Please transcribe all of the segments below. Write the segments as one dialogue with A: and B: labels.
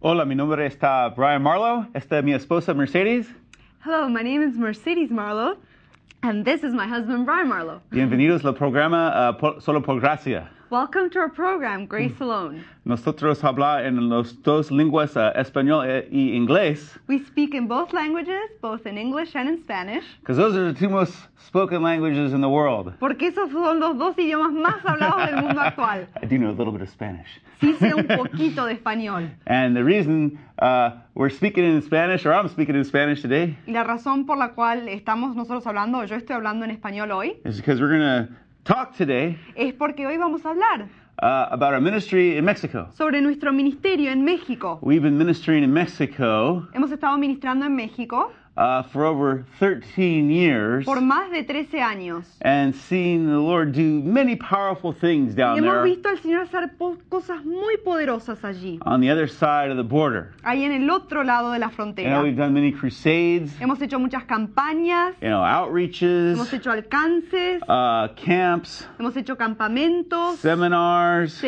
A: Hola, mi nombre está Brian Marlowe. Esta es mi esposa Mercedes.
B: Hello, my name is Mercedes Marlowe, and this is my husband Brian Marlowe.
A: Bienvenidos al programa ah, por- Solo por Gracia.
B: Welcome to our program,
A: Mm.
B: Grace Alone.
A: Nosotros hablamos en las dos lenguas, ah, español e- y inglés.
B: We speak in both languages, both in English and in Spanish,
A: Because those are the two most spoken languages in the world.
B: porque esos son los dos idiomas más hablados del mundo actual.
A: I do know a little bit of Spanish.
B: Sí sé un poquito de español.
A: And the reason uh, we're speaking in Spanish, or I'm speaking in Spanish today,
B: Y la razón por la cual estamos nosotros hablando, o yo estoy hablando en español hoy,
A: is because we're going to talk today
B: es porque hoy vamos a hablar
A: uh, about our ministry in Mexico.
B: sobre nuestro ministerio en México.
A: We've been ministering in Mexico
B: Hemos estado ministrando en México
A: uh, for over 13 years
B: por más de 13 años.
A: and seen the Lord do many powerful things
B: Y
A: down
B: hemos
A: there
B: visto al Señor hacer po- cosas muy poderosas allí,
A: on the other side of the border.
B: ahí en el otro lado de la
A: You know,
B: frontera.
A: we've done many crusades,
B: Hemos hecho muchas campañas,
A: you know,
B: hemos
A: outreaches,
B: hecho alcances,
A: uh, camps,
B: hemos hecho campamentos,
A: seminars,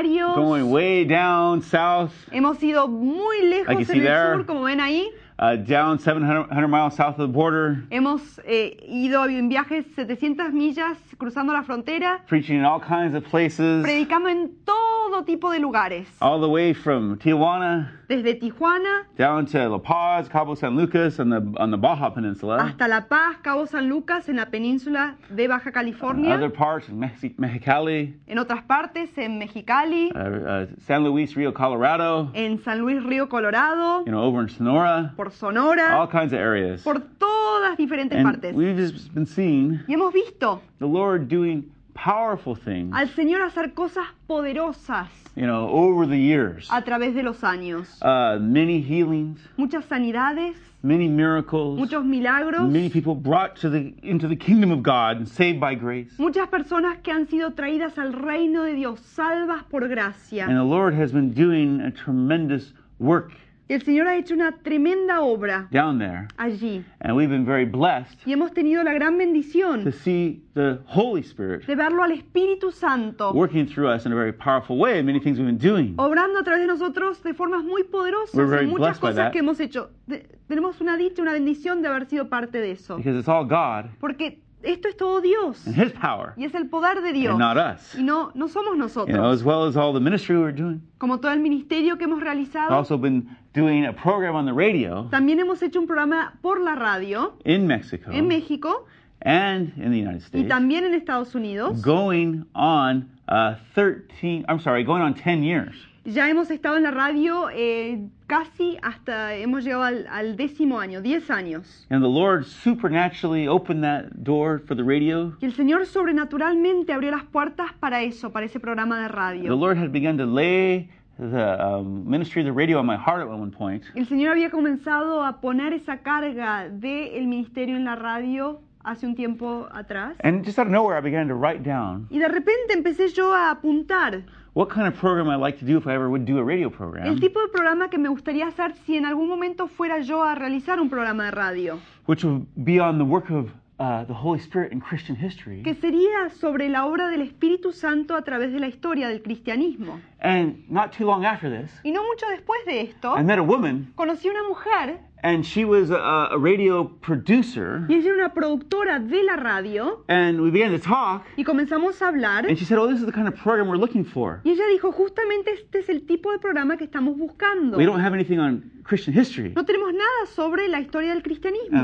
A: going
B: seminarios.
A: way down south,
B: Hemos ido muy
A: Like you
B: lejos
A: see
B: en el
A: there.
B: sur, como ven ahí.
A: uh, down 700 miles south of the border,
B: Hemos eh, ido en viajes 700 millas cruzando la frontera,
A: preaching in all kinds of places,
B: predicando en todo tipo de lugares,
A: all the way from Tijuana
B: desde Tijuana
A: down to La Paz, Cabo San Lucas, on the on the Baja Peninsula,
B: hasta La Paz, Cabo San Lucas, en la península de Baja California.
A: other parts in Mexi- Mexicali,
B: en otras partes, en Mexicali,
A: uh, uh, San Luis Rio, Colorado,
B: en San Luis Río Colorado,
A: you know, over in Sonora,
B: por Sonora,
A: all kinds of areas.
B: por todas diferentes
A: And
B: partes.
A: we've just been seeing
B: Y hemos visto
A: the Lord doing powerful things,
B: al Señor hacer cosas poderosas
A: you know, over the years.
B: a través de los años.
A: Uh, many healings,
B: Muchas sanidades,
A: many miracles,
B: muchos milagros,
A: Many people brought to the into the kingdom of God and saved by grace.
B: muchas personas que han sido traídas al reino de Dios, salvas por
A: And
B: gracia.
A: the Lord has been doing a tremendous work
B: Y el Señor ha hecho una tremenda obra
A: down there.
B: allí.
A: And we've been very blessed
B: Y hemos tenido la gran bendición
A: to see the Holy Spirit
B: de verlo al Espíritu Santo
A: working through us in a very powerful way. Many things we've been doing.
B: obrando a través de nosotros de formas muy poderosas
A: We're very
B: en muchas
A: blessed by that.
B: cosas que hemos hecho. De- tenemos una dicha, una bendición de haber sido parte de eso.
A: Because it's all God
B: Porque esto es todo Dios
A: and His power
B: y es el poder de
A: and
B: Dios.
A: not us.
B: Y no, no somos
A: You know,
B: nosotros.
A: as well as all the ministry we're doing.
B: Como todo el ministerio que hemos
A: We've
B: realizado,
A: also been doing a program on the radio
B: también hemos hecho un programa por la radio
A: in Mexico
B: en México
A: and in the United
B: y
A: States.
B: también en Estados Unidos.
A: going on uh, 13 i'm sorry going on 10 years
B: Ya hemos estado en la radio eh, casi hasta, hemos llegado al, al décimo año, 10 años.
A: and the lord supernaturally opened that door for the radio
B: Y el Señor sobrenaturalmente abrió las puertas para eso, para ese programa de
A: the
B: radio.
A: lord had begun to lay the um, ministry of the radio on my heart at one point
B: El Señor había comenzado a poner esa carga del ministerio en la radio hace un tiempo atrás.
A: and just out of nowhere i began to write down
B: Y de repente empecé yo a apuntar
A: what kind of program i'd like to do if i ever would do a radio
B: el
A: program
B: tipo de programa que me gustaría hacer si en algún momento fuera yo a realizar un programa de radio,
A: which would be on the work of uh, the holy spirit in christian history
B: que sería sobre la obra del Espíritu Santo a través de la historia del cristianismo.
A: and not too long after this
B: Y no mucho después de esto,
A: i met a woman
B: conocí a una mujer
A: and she was a, a radio producer
B: y ella era una productora de la radio
A: and we began to talk
B: y comenzamos a hablar
A: And she said, Oh, this is the kind of program we're looking for.
B: Y ella dijo, justamente este es el tipo de programa que estamos buscando.
A: We don't have anything on Christian history.
B: No tenemos nada sobre la historia del
A: And I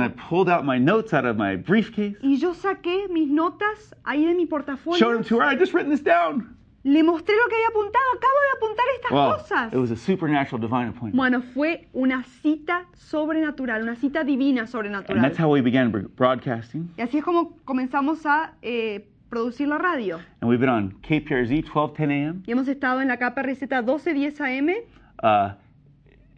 B: cristianismo.
A: pulled out my notes out of my briefcase,
B: Y yo saqué mis notas ahí de mi
A: showed
B: portafolio.
A: them to her. I just written this down.
B: Le mostré lo que había apuntado. Acabo de apuntar estas
A: Well,
B: cosas.
A: it was a supernatural divine appointment.
B: Bueno, fue una cita sobrenatural, una cita divina
A: And that's
B: sobrenatural.
A: how we began br- broadcasting.
B: Y así es como comenzamos a eh, producir la radio.
A: And we've been on KPRZ 1210 a.m.
B: Y hemos estado en la KPRZ 1210 AM
A: Uh,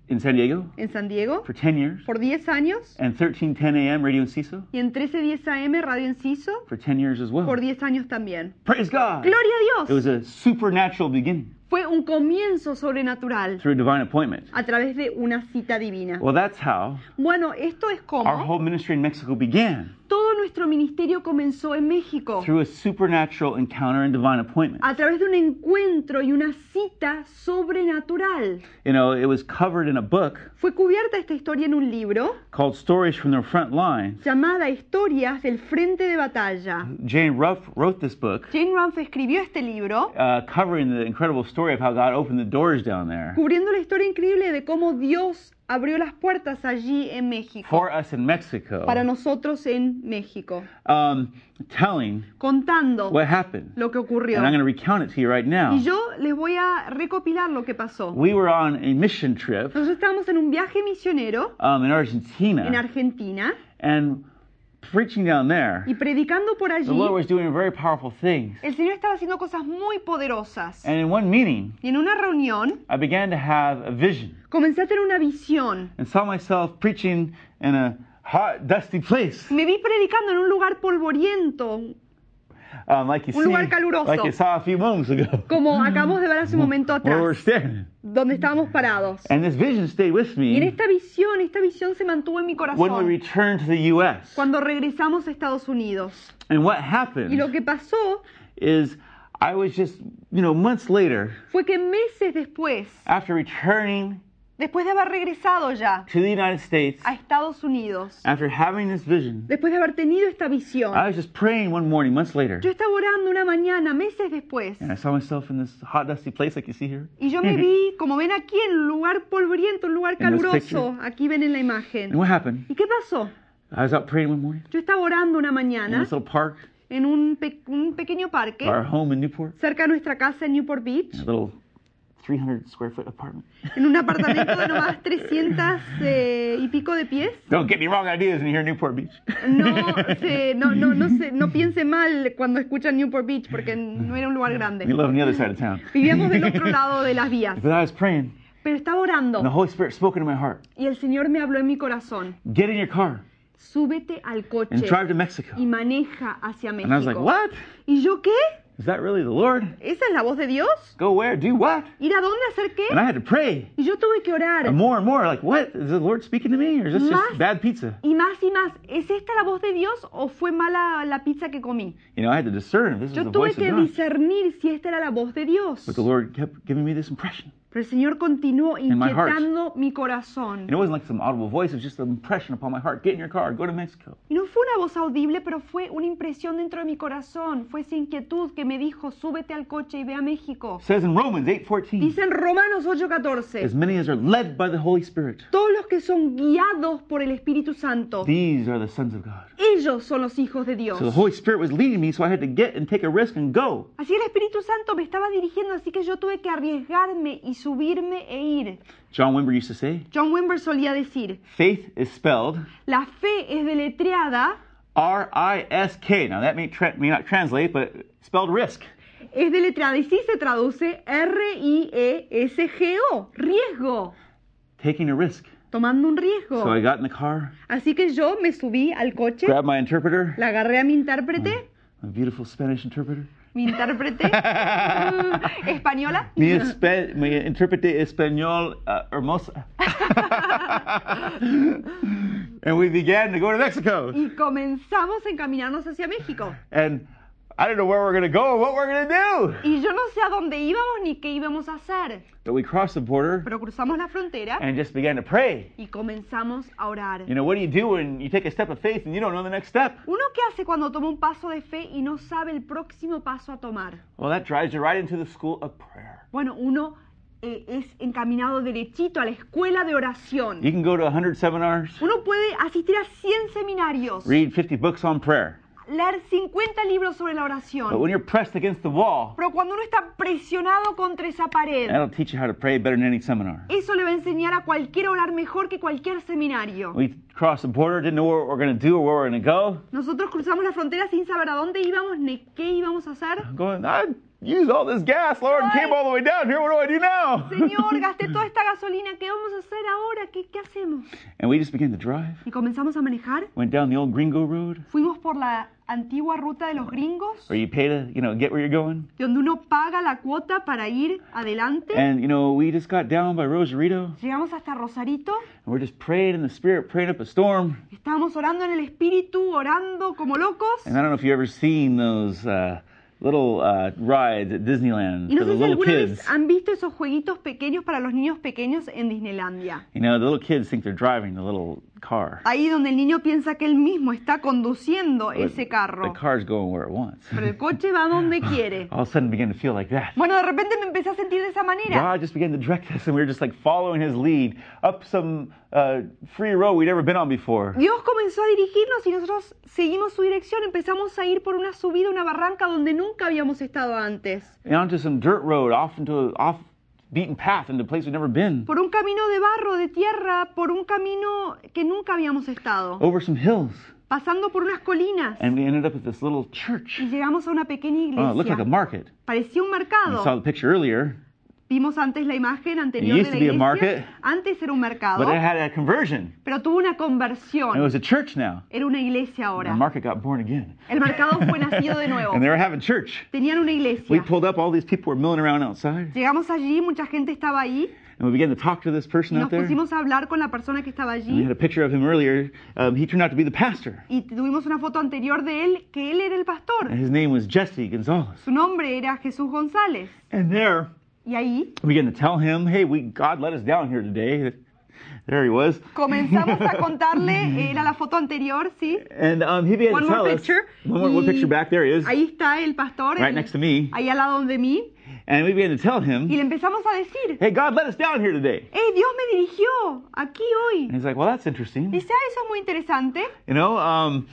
A: in San Diego
B: en San Diego
A: for 10 years,
B: por 10 años.
A: and 1310 a.m. Radio Enciso
B: Y en 1310 AM Radio Enciso
A: for 10 years as well.
B: por 10 años también.
A: Praise God!
B: Gloria a Dios.
A: It was a supernatural beginning.
B: Fue un comienzo sobrenatural
A: through divine appointment.
B: a través de una cita divina.
A: Well, that's how
B: Bueno, esto es
A: our
B: como
A: whole ministry in Mexico began
B: todo nuestro ministerio comenzó en México
A: through a supernatural encounter and divine appointment.
B: a través de un encuentro y una cita sobrenatural.
A: You know, it was covered in a book
B: Fue cubierta esta historia en un libro
A: called Stories from the Front Line.
B: llamada Historias del Frente de Batalla.
A: Jane Ruff wrote this book
B: Jane Ruff escribió este libro
A: uh, covering the incredible story of how God opened the doors down there
B: cubriendo la historia increíble de cómo Dios abrió las puertas allí en México,
A: for us in Mexico,
B: para nosotros en México,
A: um, telling
B: contando
A: what happened.
B: lo que ocurrió.
A: And I'm going to recount it to you right
B: Y
A: now.
B: yo les voy a recopilar lo que pasó.
A: We were on a mission trip
B: Nosotros estábamos en un viaje misionero
A: um, in
B: en
A: Argentina
B: Argentina
A: and preaching down there.
B: y predicando por
A: The
B: allí,
A: Lord was doing very powerful things.
B: el Señor estaba haciendo cosas muy poderosas.
A: And in one meeting,
B: Y en una reunión
A: I began to have a vision
B: comencé a tener una visión.
A: and saw myself preaching in a hot, dusty place.
B: Me vi predicando en un lugar polvoriento,
A: Um, like you
B: Un
A: see,
B: lugar caluroso.
A: like you saw a few moments ago.
B: como acabamos de ver hace un momento
A: Where we're
B: atrás,
A: standing.
B: donde estábamos parados.
A: And this vision stayed with
B: Y en
A: me
B: esta visión, esta visión se mantuvo en mi
A: when we
B: corazón
A: returned to the U.S.
B: cuando regresamos a Estados Unidos.
A: And what
B: Y lo
A: happened
B: que pasó
A: is I was just, you know, months later,
B: fue que meses después,
A: after returning
B: después de haber regresado ya
A: to the United States,
B: a Estados Unidos,
A: after having this vision,
B: después de haber tenido esta visión,
A: I was just praying one morning, months later,
B: yo estaba orando una mañana, meses después,
A: and I saw myself in this hot, dusty place like you see here.
B: y yo me vi, como ven aquí, en un lugar polvoriento, un lugar
A: In this
B: caluroso. Aquí ven en la
A: And
B: imagen.
A: what happened?
B: ¿Y qué pasó?
A: I was out praying one morning
B: Yo estaba orando una
A: in
B: mañana
A: this little park,
B: en un, pe- un pequeño parque
A: our home in Newport,
B: cerca de nuestra casa en Newport Beach.
A: a little 300 square foot apartment.
B: en un apartamento de nomás 300 eh, y pico de pies.
A: Don't get me wrong ideas in here in Newport Beach.
B: No, se- no, no, no, se- no piense mal cuando escuchan Newport Beach porque no era un lugar
A: We
B: grande.
A: live on the other side of town.
B: Vivíamos del otro lado de las vías,
A: But I was praying,
B: pero estaba
A: and the
B: orando
A: Holy Spirit spoke into my heart.
B: y el Señor me habló en mi corazón.
A: Get in your car
B: Súbete al
A: and
B: coche
A: drive to Mexico.
B: y maneja hacia
A: And I was like,
B: México.
A: what?
B: ¿Y yo qué?
A: Is that really the Lord?
B: ¿Esa es la voz de Dios?
A: Go where? Do what?
B: ¿Ir a dónde? ¿Hacer qué?
A: And I had to pray.
B: Y yo tuve que orar
A: And more and more, like, what? Is the Lord speaking to me? Or is this
B: Más-
A: just bad pizza?
B: y más y más. ¿Es esta la voz de Dios o fue mala la pizza que comí?
A: You know, I had to discern if this was
B: Yo
A: the
B: tuve
A: voice of
B: que
A: God.
B: discernir si esta era la voz de Dios.
A: But the Lord kept giving me this impression.
B: Pero el Señor continuó
A: my heart.
B: inquietando mi corazón.
A: And it wasn't like some audible voice, it was just an impression upon my heart. Get in your car, go to Mexico.
B: Y no fue una voz audible, pero fue una impresión dentro de mi corazón. Fue esa inquietud que me dijo, súbete al coche y ve a México.
A: It says in Romans 8.14,
B: Dicen Romanos
A: as
B: 8:14,
A: many as are led by the Holy Spirit,
B: todos los que son guiados por el Espíritu Santo,
A: these are the sons of God.
B: ellos son los hijos de Dios.
A: So the Holy Spirit was leading me, so I had to get and take a risk and go.
B: Así el Espíritu Santo me estaba dirigiendo, así que yo tuve que arriesgarme y subirme e ir.
A: John Wimber used to say,
B: John Wimber solía decir,
A: faith is spelled
B: la fe es deletreada
A: R I S K. Now that may, tra- may not translate, but spelled risk.
B: es deletreada y sí se traduce E R-I-E-S-G-O, riesgo,
A: Taking a risk.
B: tomando un riesgo.
A: So I got in the car,
B: Así que yo me subí al coche,
A: grabbed my interpreter,
B: la agarré a mi intérprete,
A: my beautiful Spanish interpreter.
B: mi intérprete mm, española,
A: Mi, espe- mi intérprete español uh, hermosa. and we began to go to Mexico.
B: y comenzamos a encaminarnos hacia México.
A: And I don't know where we're going to go or what we're going to do.
B: Y yo no sé a dónde íbamos ni qué íbamos a hacer,
A: But we crossed the border
B: pero cruzamos la frontera
A: and just began to pray.
B: y comenzamos a orar.
A: You know, what do you do when you take a step of faith and you don't know the next step?
B: ¿Uno qué hace cuando toma un paso de fe y no sabe el próximo paso a tomar?
A: Well, that drives you right into the school of prayer.
B: Bueno, uno eh, es encaminado derechito a la escuela de oración.
A: You can go to 100 seminars,
B: Uno puede asistir a 100 seminarios,
A: read 50 books on prayer.
B: leer 50 libros sobre la
A: But
B: oración.
A: when you're pressed against the wall,
B: Pero cuando uno está presionado contra esa pared,
A: that'll teach you how to pray better than any seminar.
B: eso le va a enseñar a cualquier a orar mejor que cualquier seminario.
A: We crossed the border, didn't know what we were going to do or where we were going to go.
B: Nosotros cruzamos la frontera sin saber a dónde íbamos ni qué íbamos a hacer.
A: I'm going, I used all this gas, Lord, and came all the way down here. What do I do now?
B: Señor, gasté toda esta gasolina, ¿qué vamos a hacer ahora? ¿Qué, qué hacemos?
A: and we just began to drive.
B: Y comenzamos a manejar.
A: Went down the old Gringo Road,
B: Fuimos por la antigua ruta de los gringos,
A: where you pay to, you know, get where you're going.
B: donde uno paga la cuota para ir adelante.
A: And you know, we just got down by Rosarito, and
B: Llegamos hasta Rosarito,
A: we're just praying in the spirit, praying up a storm.
B: estábamos orando en el espíritu, orando como locos.
A: And I don't know if you've ever seen those uh, little uh, rides at Disneyland
B: Y no
A: for the
B: sé si
A: little
B: alguna
A: kids.
B: vez han visto esos jueguitos pequeños para los niños pequeños en Disneylandia.
A: You know, the little kids think they're driving the little car.
B: Ahí donde el niño piensa que él mismo está conduciendo
A: But
B: ese carro.
A: The car's going where it wants.
B: Pero el coche va donde quiere.
A: All of a sudden, I began to feel like that.
B: Bueno, de repente me empecé a sentir de esa manera.
A: God just began to direct us, and we were just like following His lead up some uh, free road we'd never been on before.
B: Dios comenzó a dirigirnos y nosotros seguimos su dirección. Empezamos a ir por una subida, una barranca donde nunca habíamos estado antes.
A: And onto some dirt road, off into off beaten path, into a place we'd never been.
B: Por un camino de barro, de tierra, por un camino que nunca habíamos estado.
A: Over some hills,
B: Pasando por unas colinas.
A: and we ended up at this little church.
B: Y llegamos a una pequeña
A: Oh, it looked like a
B: iglesia.
A: market.
B: Parecía un
A: You
B: mercado.
A: saw the picture earlier,
B: Vimos antes la imagen anterior
A: It
B: de
A: used
B: la
A: to be a market.
B: iglesia. Antes era un mercado,
A: but it had a conversion.
B: pero tuvo una
A: And it
B: conversión.
A: was a church now.
B: Era una iglesia
A: The
B: ahora.
A: market got born again.
B: El mercado fue nacido de nuevo.
A: and they were having church.
B: Tenían una
A: We
B: iglesia.
A: pulled up, all these people were milling around outside,
B: Llegamos allí, mucha gente estaba ahí.
A: and we began to talk to this
B: y
A: person
B: Nos
A: out there.
B: pusimos a hablar con la persona que estaba
A: And we had
B: allí.
A: a picture of him earlier. Um, he turned out to be the pastor.
B: Y tuvimos una foto anterior de él, que él era el pastor.
A: And his name was Jesse Gonzalez.
B: Su nombre era Jesús González.
A: And there,
B: Y ahí
A: we began to tell him, hey, we God let us down here today. There he was.
B: comenzamos a contarle, era la foto anterior, ¿sí?
A: And um, he began
B: One
A: to
B: more
A: tell us.
B: picture.
A: One more one
B: Y
A: picture back. There he is.
B: Ahí está el pastor,
A: right
B: el-
A: next to me.
B: ahí al lado de mí.
A: And we began to tell
B: Y
A: him,
B: le empezamos a decir,
A: hey, God let us down here today.
B: ¡Ey, Dios me dirigió! Aquí
A: And
B: hoy.
A: he's like, well, that's interesting.
B: Dice, ah, eso es muy interesante.
A: You know, um,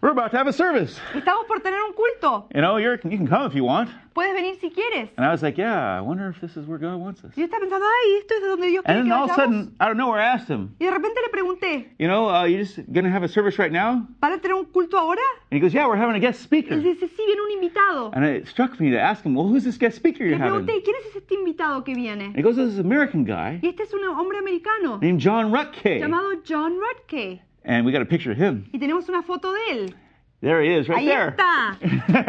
A: we're about to have a service.
B: Estamos por tener un culto.
A: You know, you're, you can come if you want.
B: Puedes venir si quieres.
A: And I was like, yeah, I wonder if this is where God wants us.
B: Y yo estaba pensando, ay, esto es de donde Dios quiere
A: And
B: que
A: then all of a
B: vayamos.
A: sudden, out of nowhere, I asked him,
B: Y de repente le pregunté,
A: you know, uh, you just going to have a service right now?
B: ¿van a tener un culto ahora?
A: And he goes, Yeah, we're having a guest
B: Y
A: speaker.
B: dice, sí, viene un invitado.
A: And it struck me to ask him, Well, who's this guest speaker
B: Le
A: you're having?
B: pregunté,
A: And
B: "¿Y ¿quién es este invitado que viene?
A: he goes, This is an American guy
B: Y este es un hombre americano
A: named John Rutke.
B: llamado John Rutke.
A: And we got a picture of him.
B: Y tenemos una foto de él.
A: There he is, right
B: Ahí
A: there.
B: está.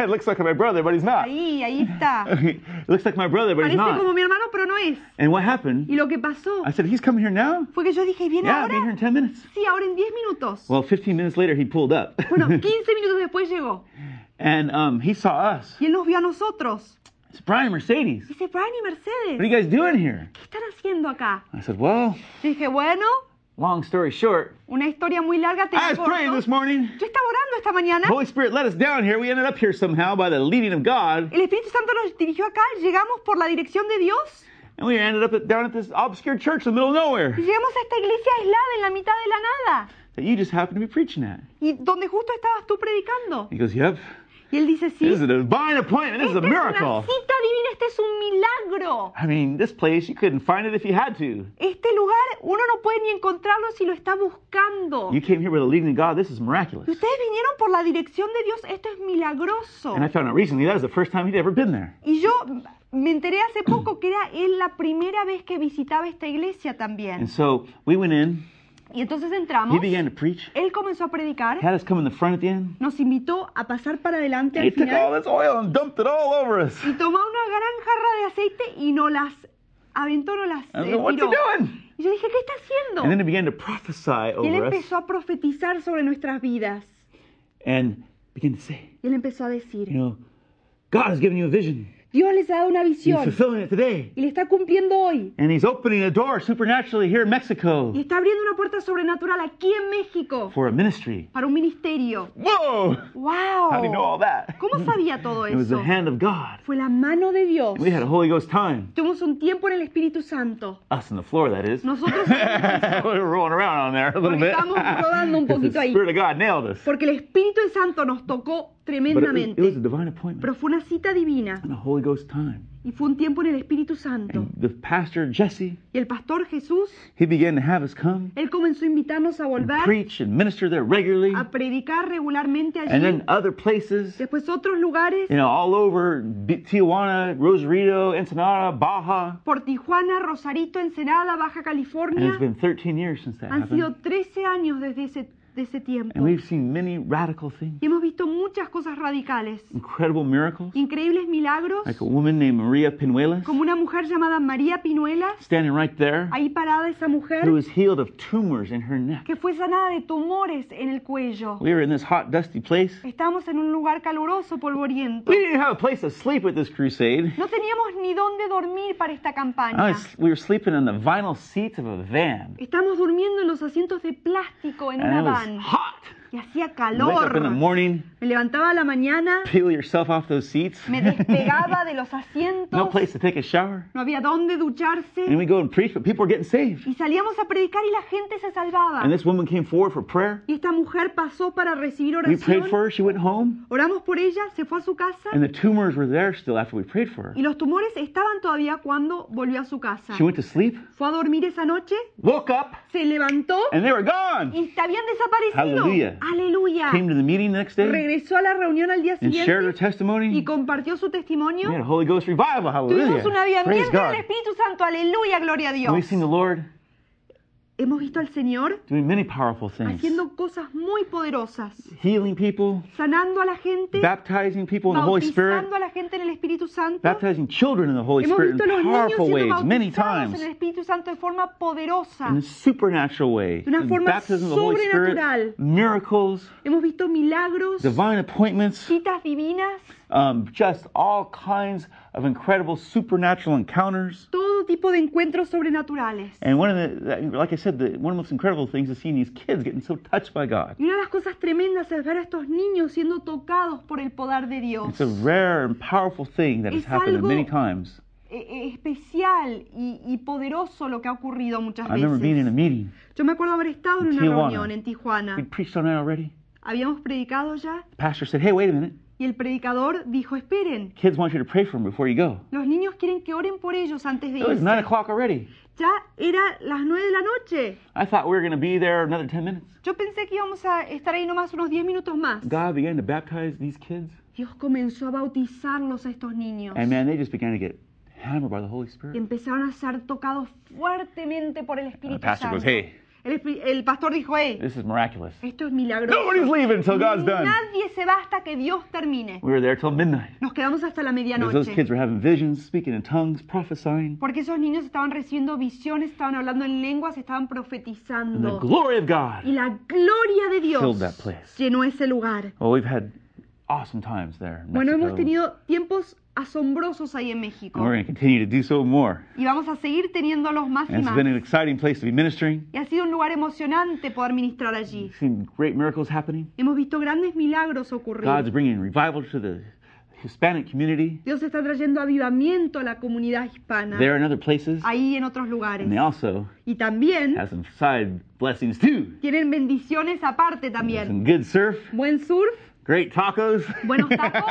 A: it looks like my brother, but he's not.
B: Ahí, ahí está.
A: it looks like my brother, but he's
B: Parece como
A: not.
B: mi hermano, pero no es.
A: And what
B: Y
A: happened?
B: lo que pasó
A: I said, He's coming here now?
B: fue que yo dije, ¿viene
A: Yeah, I'll be here
B: ahora?
A: in 10 minutes.
B: Sí, ahora en 10 minutos.
A: Well, 15 minutes later, he pulled up.
B: Bueno, 15 minutos después llegó
A: and um, he saw us.
B: y él nos vio a nosotros.
A: It's Brian Mercedes.
B: Dice, Brian y
A: What are
B: Mercedes,
A: you guys doing here?
B: ¿qué están haciendo acá?
A: I said, Well,
B: Yo dije, bueno,
A: long story short,
B: una historia muy larga te
A: I was
B: la
A: praying this
B: corto.
A: morning.
B: Yo estaba orando esta mañana,
A: Holy Spirit let us down here. We ended up here somehow by the leading of God,
B: el Espíritu Santo nos dirigió acá, llegamos por la dirección de Dios
A: and we ended up at, down at this obscure church in the middle of
B: y
A: nowhere
B: llegamos a esta iglesia aislada en la mitad de la nada
A: that you just happened to be preaching at.
B: y donde justo estabas tú predicando.
A: He goes, "Yep,
B: Y él dice, sí,
A: this is
B: esta
A: a divine appointment. This
B: es
A: is a
B: una
A: miracle.
B: cita divina, este es un milagro.
A: I mean, this place you couldn't find it if you had to.
B: Este lugar uno no puede ni encontrarlo si lo está buscando.
A: You came here with the leading of God. This is miraculous."
B: Ustedes vinieron por la dirección de Dios, esto es milagroso.
A: And I found out recently that was the first time he'd ever been there.
B: Y yo me enteré hace poco que era él la primera vez que visitaba esta iglesia también.
A: And so we went in.
B: Y entonces
A: He
B: entramos,
A: began to preach.
B: él comenzó a predicar,
A: Had us come in the front at the end.
B: nos invitó a pasar para adelante
A: He
B: al
A: took all
B: final
A: this oil and dumped it all over us.
B: y tomó una gran jarra de aceite y no las aventó, no las
A: I
B: eh,
A: said, "What's he
B: tiró.
A: doing?"
B: Y yo dije, ¿qué está
A: And then
B: haciendo?
A: he began to prophesy
B: Y
A: over
B: él
A: us
B: empezó a profetizar sobre nuestras vidas.
A: and began to say.
B: Y él empezó a
A: You
B: decir,
A: know, God has given you a vision.
B: Dios les ha dado una
A: He's
B: visión
A: fulfilling it today.
B: y le está cumpliendo hoy.
A: And He's opening a door supernaturally here in Mexico
B: Y está abriendo una puerta sobrenatural aquí en México.
A: for a ministry.
B: para un ministerio.
A: Whoa!
B: ¡Wow!
A: How do you know all that?
B: ¿Cómo sabía todo
A: It was
B: eso?
A: the hand of God.
B: Fue la mano de Dios.
A: We had a Holy Ghost time.
B: Tuvimos un tiempo en el Espíritu Santo.
A: Us on the floor, that is.
B: Nosotros
A: we were rolling around on there a little bit.
B: Estamos rodando un
A: 'Cause
B: poquito
A: the
B: ahí.
A: Spirit of God nailed us.
B: porque el Espíritu Santo nos tocó
A: But it was, it
B: tremendamente.
A: was a divine appointment
B: pero fue una cita divina
A: and a Holy Ghost time.
B: y fue un tiempo en el Espíritu Santo.
A: And the pastor, Jesse,
B: Y el pastor Jesús,
A: he began to have us come
B: él comenzó a invitarnos a
A: and
B: volver
A: preach and minister there regularly.
B: a predicar regularmente
A: And
B: allí.
A: then other places.
B: Después otros lugares,
A: you know, all over B- Tijuana, Rosarito, Ensenada, Baja.
B: por Tijuana, Rosarito, Ensenada, Baja
A: And it's
B: California.
A: been 13 years since that
B: Han sido
A: happened.
B: 13 años desde ese de ese tiempo.
A: And we've seen many radical things,
B: Y hemos visto muchas cosas radicales,
A: incredible miracles,
B: increíbles milagros,
A: like a woman named Maria Pinuelas,
B: como una mujer llamada María Pinuelas,
A: standing right there,
B: ahí parada esa mujer,
A: who was healed of tumors in her neck.
B: que fue sanada de tumores en el cuello.
A: We were in this hot, dusty place.
B: Estábamos en un lugar caluroso, polvoriento.
A: We didn't have a place to sleep at this crusade.
B: No teníamos ni dónde dormir para esta
A: I
B: campaña.
A: was- we were sleeping on the vinyl seats of a van,
B: Estamos durmiendo en los asientos de plástico en
A: and
B: una
A: it was
B: van
A: hot.
B: y hacía
A: You wake up in the
B: calor.
A: morning,
B: Me levantaba a la mañana,
A: peel yourself off those seats.
B: me despegaba de los
A: no
B: asientos,
A: place to take a shower.
B: no había dónde
A: And
B: ducharse
A: we go and preach, but people are getting saved.
B: y salíamos a predicar y la gente se salvaba.
A: And this woman came forward for prayer.
B: Y esta mujer pasó para recibir
A: We prayed
B: oración.
A: for her. She went home,
B: Oramos por ella, se fue a su casa
A: and the tumors were there still after we prayed for her.
B: y los tumores estaban todavía cuando volvió a su casa.
A: She went to sleep,
B: Fue a dormir esa noche,
A: woke up,
B: se levantó
A: and they were gone.
B: y habían desaparecido.
A: Aleluya.
B: Aleluya.
A: Came to the meeting the next day
B: Regresó a la reunión al día
A: and shared her
B: siguiente y
A: testimony.
B: compartió su
A: We had
B: testimonio.
A: a Holy Ghost revival.
B: Tuvimos un
A: Hallelujah. Praise
B: avivamiento
A: God.
B: del Espíritu Santo. Aleluya, gloria a
A: And we've
B: Dios.
A: seen the Lord
B: Hemos visto al Señor
A: doing many powerful things,
B: haciendo cosas muy poderosas,
A: healing people,
B: sanando a la gente,
A: baptizing people in the Holy Spirit,
B: bautizando a la gente en el Espíritu Santo.
A: baptizing children in the Holy
B: Hemos
A: Spirit
B: visto a
A: in
B: los niños
A: powerful
B: siendo
A: ways, many
B: bautizados en el
A: times,
B: Espíritu Santo de forma poderosa.
A: in a supernatural way.
B: De una
A: The
B: forma
A: baptism of the Holy
B: sobrenatural.
A: Spirit, miracles,
B: Hemos visto milagros,
A: divine appointments,
B: citas divinas,
A: um, just all kinds of incredible supernatural encounters.
B: todo tipo de encuentros sobrenaturales.
A: And one of the, like I said, the, one of the most incredible things is seeing these kids getting so touched by God.
B: Y una de las cosas tremendas es ver a estos niños siendo tocados por el poder de Dios.
A: It's a rare and powerful thing that has
B: Es
A: happened
B: algo-
A: many times.
B: Eh, eh, especial y, y poderoso lo que ha ocurrido muchas
A: I remember being in a
B: veces.
A: meeting.
B: Yo me acuerdo haber estado en
A: in
B: una
A: Tijuana.
B: reunión en
A: We
B: Tijuana.
A: preached on it already.
B: Habíamos predicado ya
A: The pastor said, "Hey, wait a minute.
B: y el predicador dijo, esperen,
A: Kids want you to pray for them before you go."
B: los niños quieren que oren por ellos antes de
A: It was
B: irse.
A: nine o'clock already.
B: Ya era las nueve de la noche.
A: I thought we were going to be there another ten minutes.
B: Yo pensé que íbamos a estar ahí nomás unos 10 minutos más.
A: God began to baptize these kids,
B: Dios comenzó a bautizarlos a estos niños.
A: and man, they just began to get hammered by the Holy
B: Y
A: Spirit.
B: empezaron a ser tocados fuertemente por el
A: And the
B: Espíritu
A: pastor
B: Santo.
A: goes, "Hey,
B: el, espi- el pastor dijo, hey,
A: this is miraculous.
B: esto es milagroso.
A: Eh, Nobody's leaving until God's done."
B: Nadie se va hasta que Dios termine.
A: We were there till midnight.
B: Nos quedamos hasta la
A: Because those
B: medianoche.
A: kids were having visions, speaking in tongues, prophesying,
B: Porque esos niños estaban recibiendo visiones, estaban hablando en lenguas, estaban
A: and the
B: profetizando.
A: glory of
B: Y
A: God.
B: la gloria de
A: Filled that place.
B: Dios llenó ese lugar.
A: Well, we've had awesome times there. in
B: Bueno, hemos
A: Mexico.
B: tenido tiempos asombrosos ahí en
A: And
B: México.
A: we're going to continue to do so more.
B: Y vamos a seguir teniéndolos más y
A: And it's
B: más.
A: been an exciting place to be ministering.
B: Y ha sido un lugar emocionante poder ministrar allí.
A: We've seen great miracles happening.
B: Hemos visto grandes milagros
A: God's
B: ocurrir.
A: bringing revival to the Hispanic community
B: Dios está trayendo avivamiento a la comunidad hispana,
A: there and other places.
B: ahí en otros
A: And they
B: lugares.
A: also
B: Y también
A: have some side blessings too.
B: tienen bendiciones aparte también.
A: Some good surf,
B: Buen surf
A: great tacos.
B: Buenos tacos.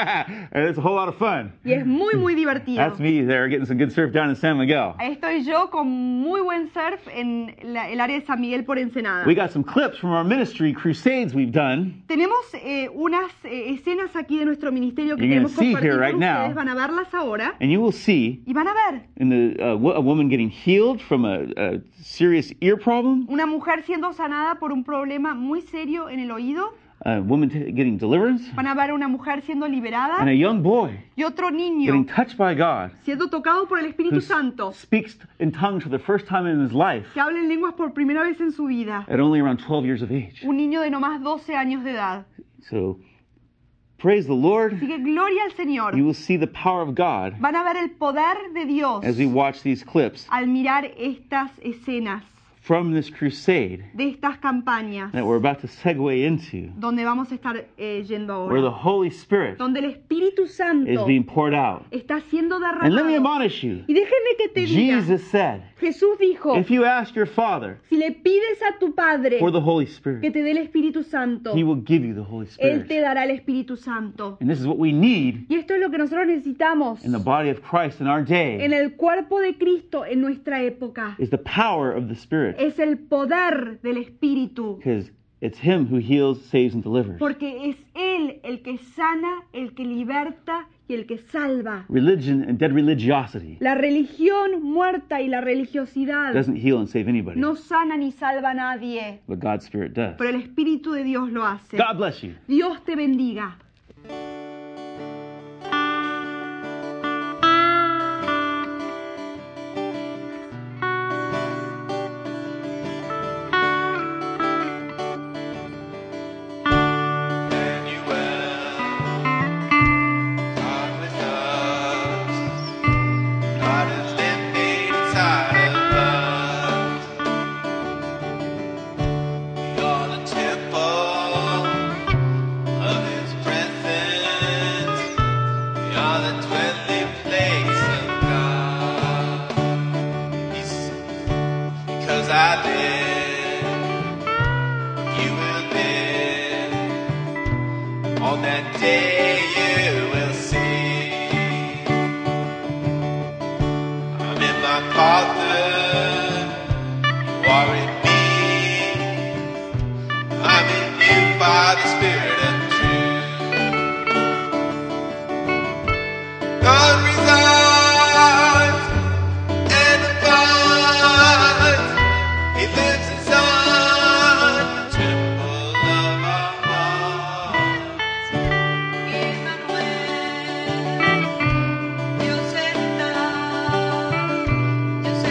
A: and it's a whole lot of fun.
B: y es muy, muy divertido.
A: That's me there getting some good surf down in San Miguel.
B: Ahí estoy yo con muy buen surf en la- el área de San Miguel por Ensenada.
A: We got some clips from our ministry crusades we've done.
B: Tenemos eh, unas eh, escenas aquí de nuestro ministerio que
A: You're gonna
B: queremos
A: see
B: compartir
A: here
B: con
A: right now.
B: ustedes. Van a verlas ahora
A: And you will see
B: y van a ver
A: in the uh, wo- a woman getting healed from a, a serious ear problem,
B: una mujer siendo sanada por un problema muy serio en el oído.
A: a woman t- getting deliverance,
B: Van a ver una mujer siendo liberada
A: and a young boy
B: y otro
A: getting
B: niño
A: touched by God
B: siendo tocado por el
A: who
B: Espíritu
A: s-
B: Santo
A: speaks in tongues for the first time in his life
B: que habla en lenguas por primera vez en su vida.
A: at only around 12 years of age.
B: Un niño de no más 12 años de edad.
A: So praise the Lord.
B: Así que gloria al Señor.
A: You will see the power of God
B: Van a ver el poder de Dios
A: as we watch these clips
B: al mirar estas escenas
A: from this crusade
B: de estas campañas
A: that we're about to segue into,
B: donde vamos a estar eh, yendo
A: where the
B: ahora.
A: Holy Spirit
B: Donde el Espíritu
A: is
B: Santo
A: being poured out.
B: está siendo
A: And let me
B: derramado.
A: admonish you.
B: Y déjenme que te diga,
A: Jesus said,
B: Jesús dijo,
A: if you ask your Father
B: Si le pides a tu Padre
A: for the Holy
B: que
A: Spirit,
B: te dé el Espíritu Santo,
A: He will give you the Holy
B: Él te
A: Spirit.
B: dará el Espíritu Santo.
A: And this is what we need
B: Y esto es lo que nosotros necesitamos
A: in the body of Christ in our
B: en
A: day
B: el cuerpo de Cristo en nuestra época.
A: is the power of the Spirit.
B: Es el poder del Espíritu.
A: Because It's Him who heals, saves, and delivers.
B: Porque es Él el que sana, el que liberta y el que salva.
A: Religion and dead religiosity
B: La religión muerta y la religiosidad
A: doesn't heal and save anybody,
B: no sana ni salva a nadie,
A: but God's Spirit does.
B: pero el Espíritu de Dios lo hace.
A: God bless you.
B: Dios te bendiga.
C: Because I did, you will live. On that day you will see I'm in my Father, you are in me, I'm in you by the Spirit and truth. God resides and abides. He lives inside the temple of our heart.
D: Emmanuel, Dios está, Dios está.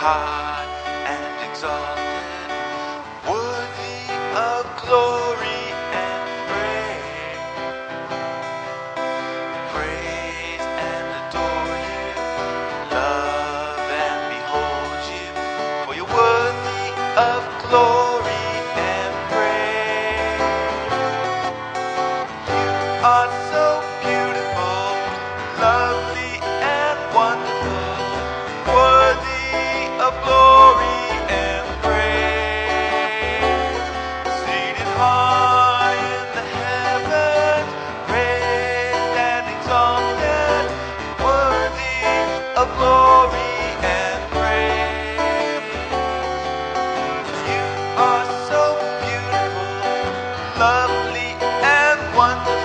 C: high and exalted, worthy of glory and praise. Praise and adore you, love and behold you, for you're worthy of glory and praise. You are so beautiful, lovely and wonderful, worthy of glory and praise. Seated high in the heavens, praised and exalted, worthy of glory and praise. You are so beautiful, lovely and wonderful,